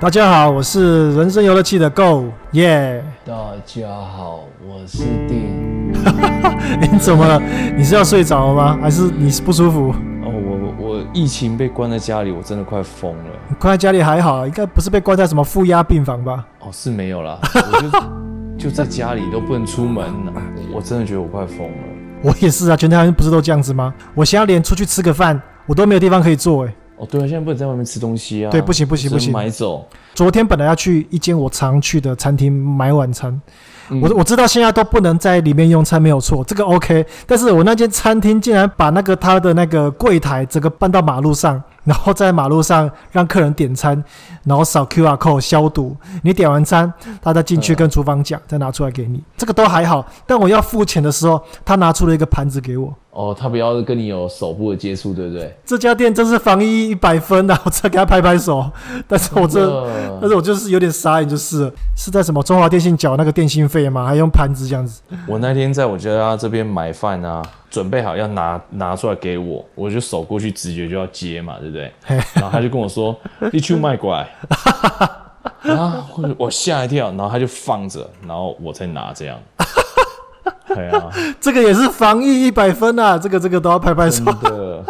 大家好，我是人生游乐器的 Go 耶、大家好，我是丁。哎你怎么了？你是要睡着了吗？还是你是不舒服？哦，我我疫情被关在家里，我真的快疯了。你关在家里还好，应该不是被关在什么负压病房吧？哦，是没有啦，我就就在家里都不能出门，啊我真的觉得我快疯了。我也是啊，全台湾不是都这样子吗？我现在连出去吃个饭，我都没有地方可以坐、哎，哦，对啊，现在不能在外面吃东西啊。对不行不行只能不行买走。昨天本来要去一间我常去的餐厅买晚餐，嗯我我知道现在都不能在里面用餐，没有错，这个 OK。但是我那间餐厅竟然把那个他的那个柜台整个搬到马路上，然后在马路上让客人点餐，然后扫 QR code 消毒。你点完餐，他再进去跟厨房讲，再拿出来给你。这个都还好，但我要付钱的时候，他拿出了一个盘子给我。哦，他不要跟你有手部的接触，对不对？这家店真是防疫一百分啊！我 再给他拍拍手，但是我这。但呃是我就是有点傻眼，就是了是在什么中华电信缴那个电信费吗？还用盘子这样子？我那天在我家这边买饭啊，准备好要拿拿出来给我，我就手过去，直觉就要接嘛，对不对？然后他就跟我说：“你去卖拐。”啊！我我吓一跳，然后他就放着，然后我才拿这样。对啊，这个也是防疫一百分啊！这个这个都要拍拍手真。的，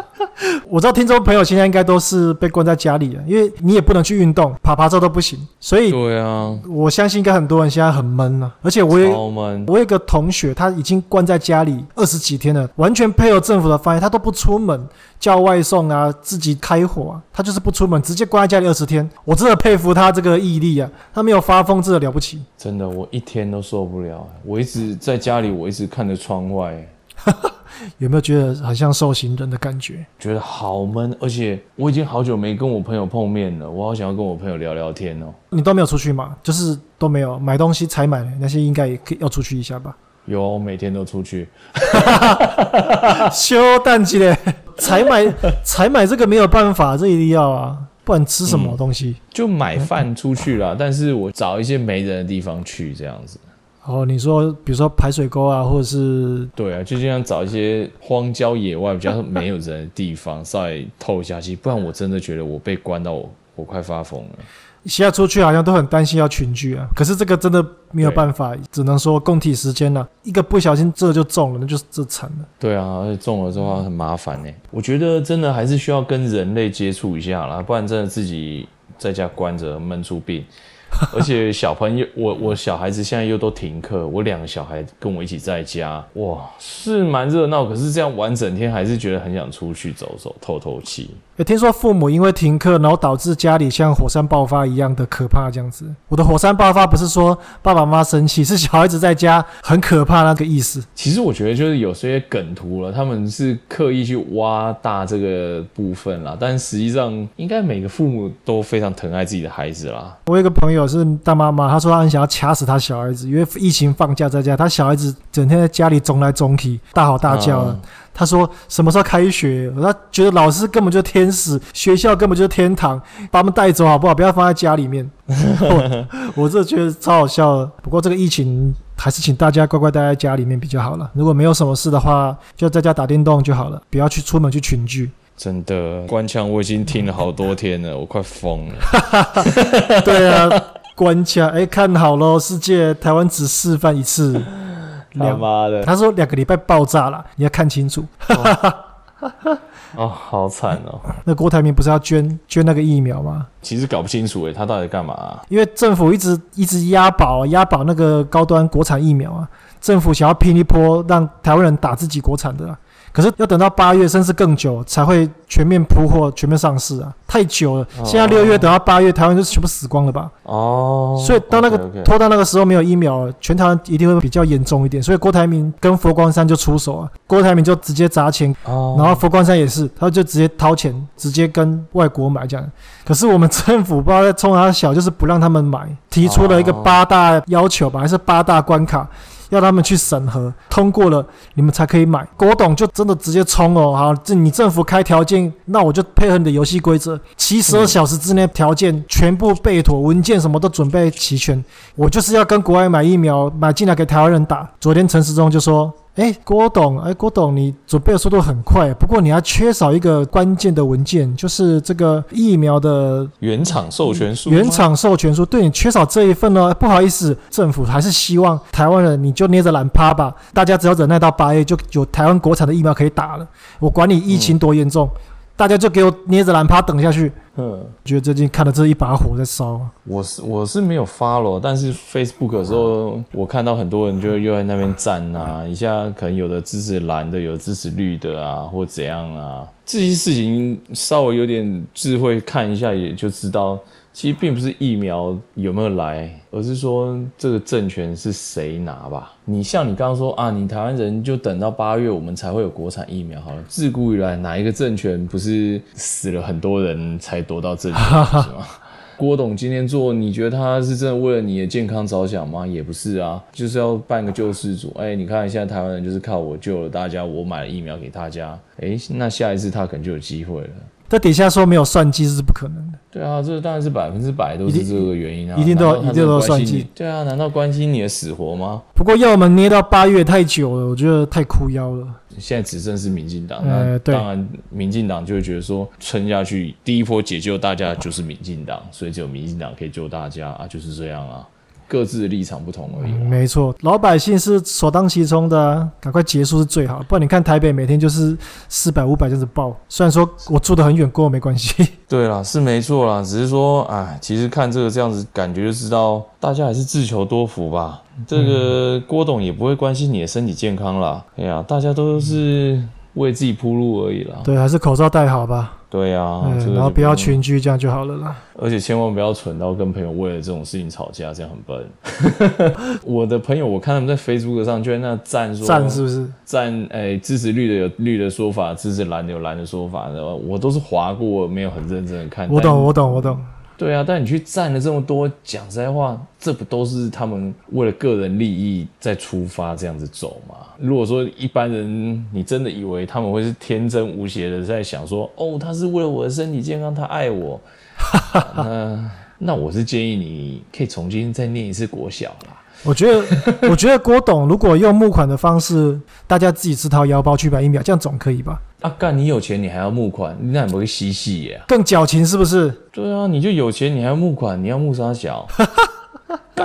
我知道听众朋友现在应该都是被关在家里了，因为你也不能去运动，爬爬照都不行，所以对啊，我相信应该很多人现在很闷啊。而且我也超闷。我有一个同学，他已经关在家里二十几天了，完全配合政府的防疫，他都不出门，叫外送啊，自己开火啊，他就是不出门，直接关在家里二十天。我真的佩服他这个毅力啊，他没有发疯，真的了不起。真的，我一天都受不了。我一直在家里，我一直看着窗外，有没有觉得很像受刑人的感觉？觉得好闷，而且我已经好久没跟我朋友碰面了，我好想要跟我朋友聊聊天哦。你都没有出去嘛？就是都没有买东西才买，那些应该也可以要出去一下吧？有，我每天都出去。 休淡季嘞，才买才买这个没有办法，这一定要啊，不然吃什么东西？就买饭出去啦，但是我找一些没人的地方去这样子。哦，你说比如说排水沟啊，或者是对啊，就这样找一些荒郊野外比较没有人的地方，稍微透一下气，不然我真的觉得我被关到我我快发疯了。现在出去好像都很担心要群聚啊，可是这个真的没有办法，只能说共体时间了、一个不小心这就中了，那就是这惨了。对啊，而且中了之后很麻烦呢、我觉得真的还是需要跟人类接触一下啦，不然真的自己在家关着闷出病。而且小朋友，我我小孩子现在又都停课，我两个小孩跟我一起在家，哇，是蛮热闹。可是这样玩整天，还是觉得很想出去走走，透透气。也听说父母因为停课，然后导致家里像火山爆发一样的可怕这样子。我的火山爆发不是说爸爸妈妈生气，是小孩子在家很可怕那个意思。其实我觉得就是有些梗图了，他们是刻意去挖大这个部分啦，但实际上应该每个父母都非常疼爱自己的孩子啦。我有一个朋友是大妈妈，她说她很想要掐死她小儿子，因为疫情放假在家，她小孩子整天在家里总来总去，大吼大叫的嗯。她说什么时候开学？她觉得老师根本就是天使，学校根本就是天堂，把他们带走好不好？不要放在家里面。 我我这觉得超好笑的。不过这个疫情还是请大家乖乖待在家里面比较好了。如果没有什么事的话，就在家打电动就好了，不要去出门去群聚。真的，官腔我已经听了好多天了，我快疯了。 对啊，关卡哎，看好喽，世界台湾只示范一次。他两妈的， 他说两个礼拜爆炸了，你要看清楚。哦，好惨哦。那郭台铭不是要捐捐那个疫苗吗？其实搞不清楚诶，他到底干嘛啊、因为政府一直一直押宝啊押宝那个高端国产疫苗啊，政府想要拼一波，让台湾人打自己国产的、啊。可是要等到八月甚至更久才会全面铺货、全面上市啊，太久了。现在六月等到八月，台湾就全部死光了吧？哦，所以到那个 OK，OK 拖到那个时候没有疫苗，全台湾一定会比较严重一点。所以郭台铭跟佛光山就出手啊，郭台铭就直接砸钱哦，然后佛光山也是，他就直接掏钱，直接跟外国买这样。可是我们政府不知道在冲他小，就是不让他们买，提出了一个哦八大要求吧，还是八大关卡，要他们去审核，通过了你们才可以买。郭董就真的直接冲哦，好，这你政府开条件，那我就配合你的游戏规则，七十二小时之内条件全部备妥，文件什么都准备齐全，我就是要跟国外买疫苗买进来给台湾人打。昨天陈时中就说。哎，郭董，哎，郭董，你准备的速度很快，不过你还缺少一个关键的文件，就是这个疫苗的原厂授权书吗，原厂授权书。对你缺少这一份呢，不好意思，政府还是希望台湾人你就捏着懒趴吧，大家只要忍耐到八月，就有台湾国产的疫苗可以打了。我管你疫情多严重，大家就给我捏着懒趴等下去。嗯，觉得最近看的这一把火在烧啊，我是我是没有 follow，但是 Facebook 的时候，我看到很多人就又在那边站啊，一下可能有的支持蓝的，有的支持绿的啊，或怎样啊，这些事情稍微有点智慧看一下也就知道，其实并不是疫苗有没有来，而是说这个政权是谁拿吧。你像你刚刚说啊，你台湾人就等到八月我们才会有国产疫苗好了，自古以来哪一个政权不是死了很多人才夺到政权是吗？郭董今天做，你觉得他是真的为了你的健康着想吗？也不是啊，就是要办个救世主。哎、你看现在台湾人就是靠我救了大家，我买了疫苗给大家。哎、那下一次他可能就有机会了。在底下说没有算计是不可能的。对啊，这当然是百分之百都是这个原因啊，一定都难道他一定都有真的关算心你计。对啊，难道关心你的死活吗？不过要我们捏到八月太久了，我觉得太哭腰了。现在只剩是民进党，呃那对当然民进党就会觉得说撑下去，第一波解救大家的就是民进党，所以只有民进党可以救大家啊，就是这样啊，各自的立场不同而已啊、嗯没错，老百姓是首当其冲的啊、赶快结束是最好。不然你看台北每天就是四百五百这样子爆，虽然说我住得很远，跟我没关系。对啦，是没错啦，只是说，哎，其实看这个这样子，感觉就知道大家还是自求多福吧。这嗯个郭董也不会关心你的身体健康啦。哎呀，大家都是为自己铺路而已啦。对，还是口罩戴好吧，对呀、嗯哦这个就然后不要用，群居，这样就好了啦。而且千万不要蠢到跟朋友为了这种事情吵架，这样很笨。 我的朋友，我看他们在 Facebook 上就在那赞说赞是不是？站诶、支持绿的有绿的说法，支持蓝的有蓝的说法，然后我都是划过，没有很认真的看。我但懂，我懂，我懂。对啊，但你去占了这么多，讲实在话，这不都是他们为了个人利益在出发这样子走吗？如果说一般人，你真的以为他们会是天真无邪的在想说，哦，他是为了我的身体健康，他爱我，那那我是建议你可以重新再念一次国小啦。我觉得， 我觉得郭董如果用募款的方式，大家自己自掏腰包去买疫苗，这样总可以吧？啊，干你有钱你还要募款，你那不会嬉戏耶、更矫情是不是？对啊，你就有钱你还要募款，你要募啥小？ 干，不好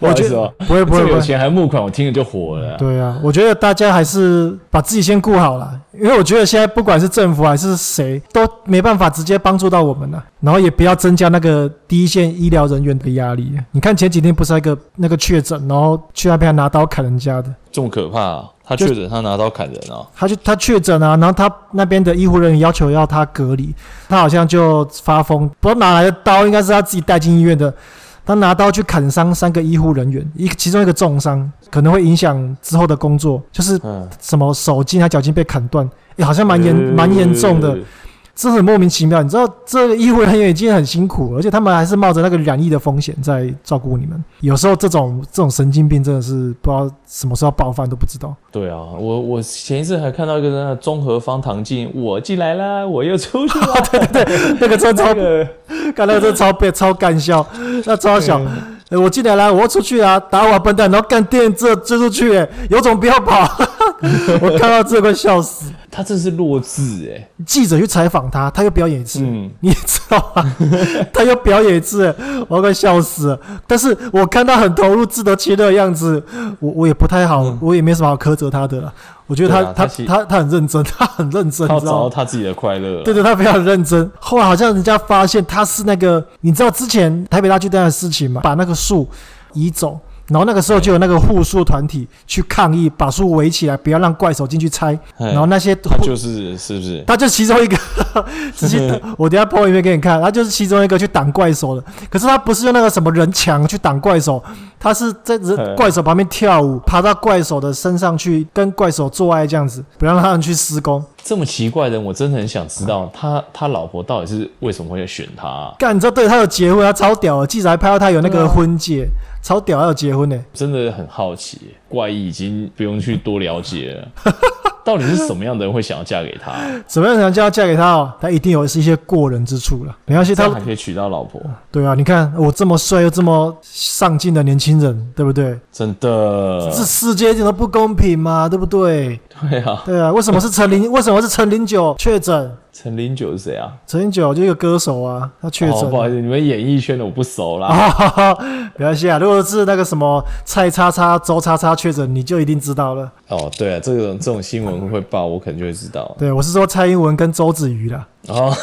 我意觉思得哦、不会不会这不有会。钱还募款，我听了就火了啊、对啊，我觉得大家还是把自己先顾好了，因为我觉得现在不管是政府还是谁，都没办法直接帮助到我们了。然后也不要增加那个第一线医疗人员的压力。你看前几天不是那个那个确诊，然后去那边还拿刀砍人家的，这么可怕、啊！他确诊，他拿刀砍人啊！他就他确诊啊，然后他那边的医护人员要求要他隔离，他好像就发疯，不知道哪来的刀，应该是他自己带进医院的。他拿刀去砍伤三个医护人员，一其中一个重伤，可能会影响之后的工作，就是嗯，什么手筋还啊脚筋被砍断，诶，好像蛮严蛮严重的，这很莫名其妙。你知道，这个医护人员已经很辛苦，而且他们还是冒着那个染疫的风险在照顾你们。有时候这种这种神经病真的是不知道什么时候爆发你都不知道。对啊，我我前一次还看到一个那个综合方唐镜，我进来啦，我又出去了。那个真的超那，个 看那个真的超被超干笑，那超小。诶我进来啦，我要出去啊！打我啊笨蛋，然后干电这追出去、诶有种不要跑！ 我看到这个快笑死。他这是弱智哎、记者去采访他，他又表演一次，嗯你知道吗？ 他又表演一次，我快笑死了。但是我看他很投入、自得其乐的样子，我我也不太好，我也没什么好苛责他的了。我觉得他、嗯对啊他他其他他很认真， 他很认真，他你要知找道到吗？他自己的快乐啊。对对，他非常认真。后来好像人家发现他是那个，你知道之前台北大巨蛋的事情嘛，把那个树移走，然后那个时候就有那个护树团体去抗议，把树围起来，不要让怪手进去拆。嘿然后那些他就是是不是？他就其中一个， 直接我等一下 po 影片给你看，他就是其中一个去挡怪手的。可是他不是用那个什么人墙去挡怪手，他是在人嗯怪手旁边跳舞，爬到怪手的身上去跟怪手做爱这样子，不让他们去施工。这么奇怪的人，我真的很想知道他他老婆到底是为什么会选他啊、干，你知道对他有结婚，他超屌的，记者还拍到他有那对个啊婚戒，超屌，还有结婚呢、 真的很好奇，怪异已经不用去多了解了。到底是什么样的人会想要嫁给他、啊？怎么样才能叫她嫁给他哦？他一定有一些过人之处了。没关系，这他样还可以娶到老婆，对啊，你看我这么帅又这么上进的年轻人，对不对？真的这，世界一点都不公平嘛，对不对？对啊。 对啊，为什么是陈零？为什么是陈零九确诊？陈零九是谁啊？陈零九就一个歌手啊，他确哦，诊不好意思，你们演艺圈的我不熟啦。啊，哈哈， 没关系啊。如果是那个什么蔡叉叉、周叉叉确诊，你就一定知道了。哦，对啊，这种这种新闻会报，我可能就会知道。对，我是说蔡英文跟周子瑜啦。哦，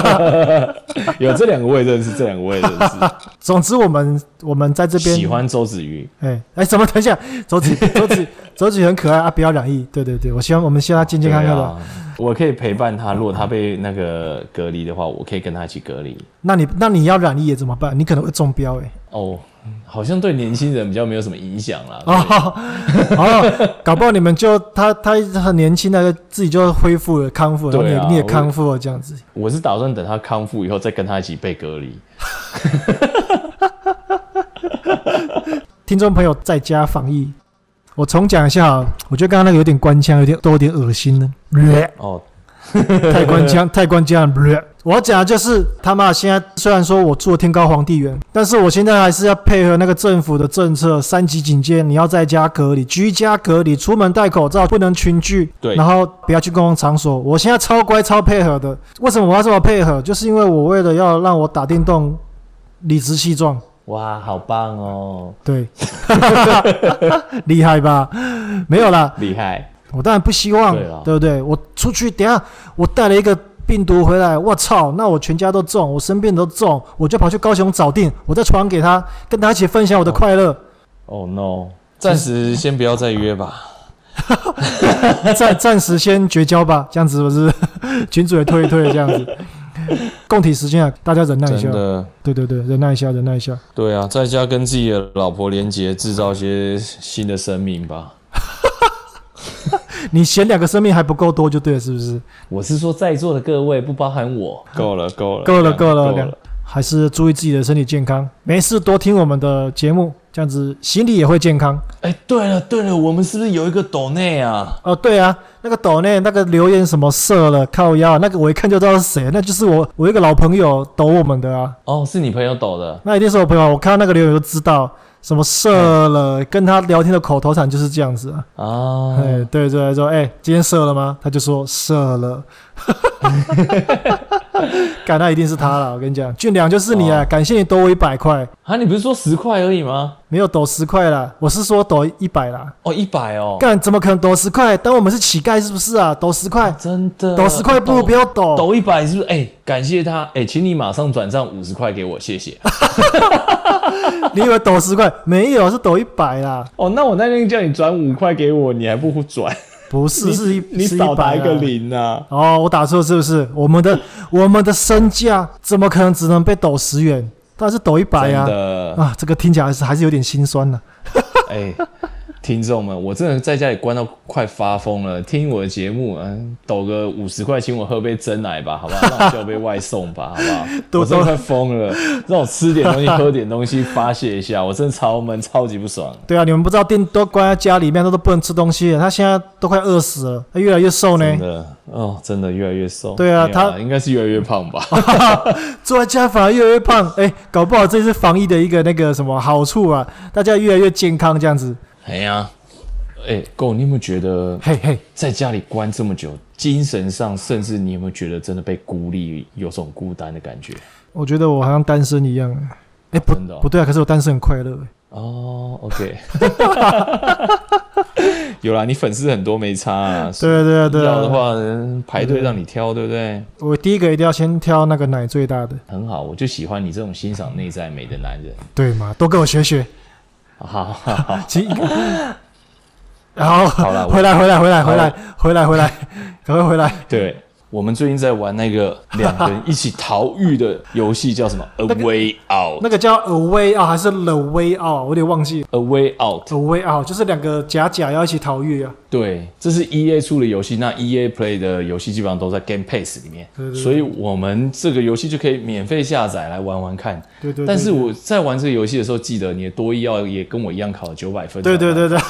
有这两个我也认识，这两个我也认识。总之，我们我们在这边喜欢周子瑜，哎、哎，怎么？等一下，周子周子周子瑜很可爱啊，不要两亿。对对对，我希望我们希望他健健康康的。对啊。我可以陪伴他，如果他被那个隔离的话，我可以跟他一起隔离。那你那你要染疫也怎么办？你可能会中标哎、哦，好像对年轻人比较没有什么影响啦。 哦，好了，哦搞不好你们就他他很年轻，那个自己就恢复了康复了，对啊然后你也我你也康复了这样子。我是打算等他康复以后再跟他一起被隔离。听众朋友在家防疫，我重讲一下啊，我觉得刚刚那个有点官腔，有点都有点恶心了，哦，太官腔，太官腔了。我要讲的就是他妈现在虽然说我住天高皇帝远，但是我现在还是要配合那个政府的政策，三级警戒，你要在家隔离，居家隔离，出门戴口罩，不能群聚，对然后不要去公共场所。我现在超乖超配合的，为什么我要这么配合？就是因为我为了要让我打电动理直气壮。哇，好棒哦，对， 厉害吧？没有啦，厉害！我当然不希望，对啦啊不对？我出去，等一下我带了一个病毒回来，我操，那我全家都中，我生病都中，我就跑去高雄找定，我再传给他，跟他一起分享我的快 乐。哦、no，暂时先不要再约吧。暂暂时先绝交吧，这样子不是 群主也退一退，这样子。共体时间啊，大家忍耐一下真，的，对对对，忍耐一下，忍耐一下。对啊，在家跟自己的老婆连结，制造一些新的生命吧。你嫌两个生命还不够多就对了，是不是？我是说在座的各位，不包含我。够了，够了，够了两个够了够两还是注意自己的身体健康，没事多听我们的节目，这样子心理也会健康。哎、对了对了，我们是不是有一个抖内啊？哦，对啊，那个抖内那个留言什么射了靠腰啊，那个我一看就知道是谁，那就是我我一个老朋友抖我们的啊，哦，是你朋友抖的。那一定是我朋友，我看到那个留言就知道什么射了，跟他聊天的口头禅就是这样子啊。啊，哎、对对对，说哎、今天射了吗？他就说射了，感那一定是他了，我跟你讲，俊良就是你啊，哦感谢你抖我一百块，啊，你不是说十块而已吗？没有抖十块啦，我是说抖一百啦。哦，一百哦，干，怎么可能抖十块？当我们是乞丐是不是啊？抖十块，真的，抖十块不如不要抖。抖一百是不是？哎、感谢他，哎、请你马上转账五十块给我，谢谢。你以为抖十块？没有，是抖一百啦。哦，那我那天叫你转五块给我，你还不转？不是，是一你是少打100一个啦零啊！哦，我打错是不是？我们的我们的身价怎么可能只能被抖十元？但是抖一百真呀！的，啊，这个听起来还是还是有点心酸呢、哎、 听众们，我真的在家里关到快发疯了，听我的节目，嗯，抖个五十块请我喝杯真奶吧，好不好？让我叫杯外送吧， 好不好？多我真的快疯了，让我吃点东西，喝点东西发泄一下，我真的超闷，超级不爽。对啊，你们不知道店都关在家里面，都都不能吃东西了，他现在都快饿死了，他越来越瘦呢真。的哦，真的越来越瘦。哎对啊没有啦他应该是越来越 胖吧？坐在家反而越来越胖，哎、搞不好这是防疫的一个那个什么好处啊，大家越来越健康这样子。哎呀，哎，够，你有没有觉得嘿嘿，在家里关这么久，精神上甚至你有没有觉得真的被孤立，有种孤单的感觉？我觉得我好像单身一样。哎、不真的哦不对啊，可是我单身很快乐、哦，OK，有啦，你粉丝很多没差啊。对对啊对要的啊，话嗯排队让你挑，对不对？我第一个一定要先挑那个奶最大的，很好，我就喜欢你这种欣赏内在美的男人。对嘛？多跟我学学。好好好， 其实，然后啊好啦我回来回来回来回来回来回来，赶快回来。对。我们最近在玩那个两个人一起逃狱的游戏，叫什么？A 那个 Way Out，A 那个叫 away 啊，还是 the way 啊？我有点忘记 Way Out。 away 啊，就是两个假假要一起逃狱啊。对，这是 E A 出的游戏，那 E A Play 的游戏基本上都在 Game Pass 里面，对对对所以我们这个游戏就可以免费下载来玩玩看。对对对但是我在玩这个游戏的时候，记得你的多一要也跟我一样考了九百分。对对对对，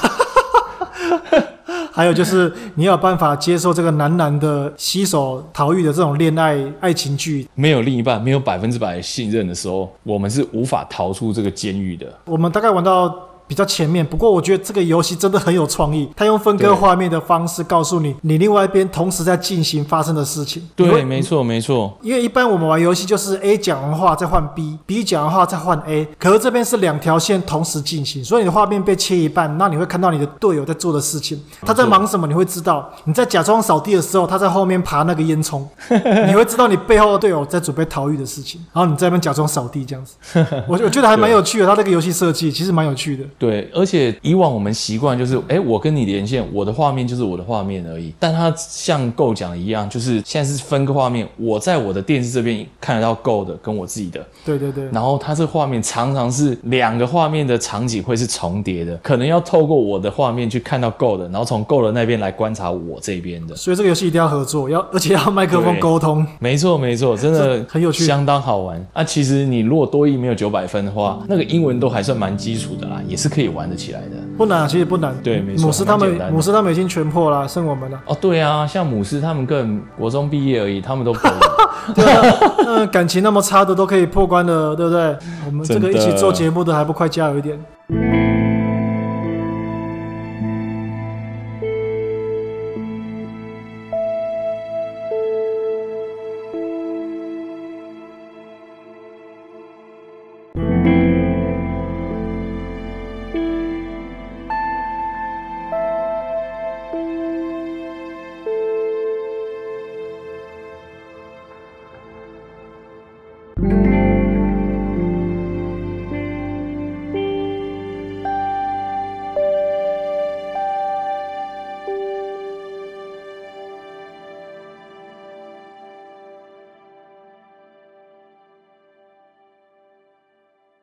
还有就是你要有办法接受这个男男的洗手逃狱的这种恋爱爱情剧。没有另一半，没有百分之百信任的时候，我们是无法逃出这个监狱的。我们大概玩到。比较前面，不过我觉得这个游戏真的很有创意，它用分割对画面的方式告诉你，你另外一边同时在进行发生的事情。你对，会没错，没错，因为一般我们玩游戏就是 A 讲完话再换 B，B 讲完话再换 A，可是这边是两条线同时进行，所以你的画面被切一半，那你会看到你的队友在做的事情，他在忙什么，你会知道。你在假装扫地的时候，他在后面爬那个烟囱， 你会知道你背后的队友在准备逃狱的事情，然后你在那边假装扫地这样子。我我觉得还蛮有趣的，他这个游戏设计其实蛮有趣的。对。而且以往我们习惯就是，哎，我跟你连线，我的画面就是我的画面而已。但它像 Go 讲的一样，就是现在是分个画面，我在我的电视这边看得到 Go 的跟我自己的，对对对，然后它这画面呃常常是两个画面的场景会是重叠的，可能要透过我的画面去看到 Go 的，然后从 Go 的那边来观察我这边的。所以这个游戏一定要合作，要而且要麦克风对沟通。没错，没错，真的这很有趣相当好玩啊！其实你如果多益没有九百分的话，那个英文都还算蛮基础的啦，也是可以玩得起来的。不难，其实不难。对没错母狮他蛮们简单的母狮他们已经全破了，剩我们了。哦，对啊，像母狮他们更国中毕业而已，他们都不会 嗯，感情那么差的都可以破关了，对不对？我们这个真一的起做节目的还不快加油一点？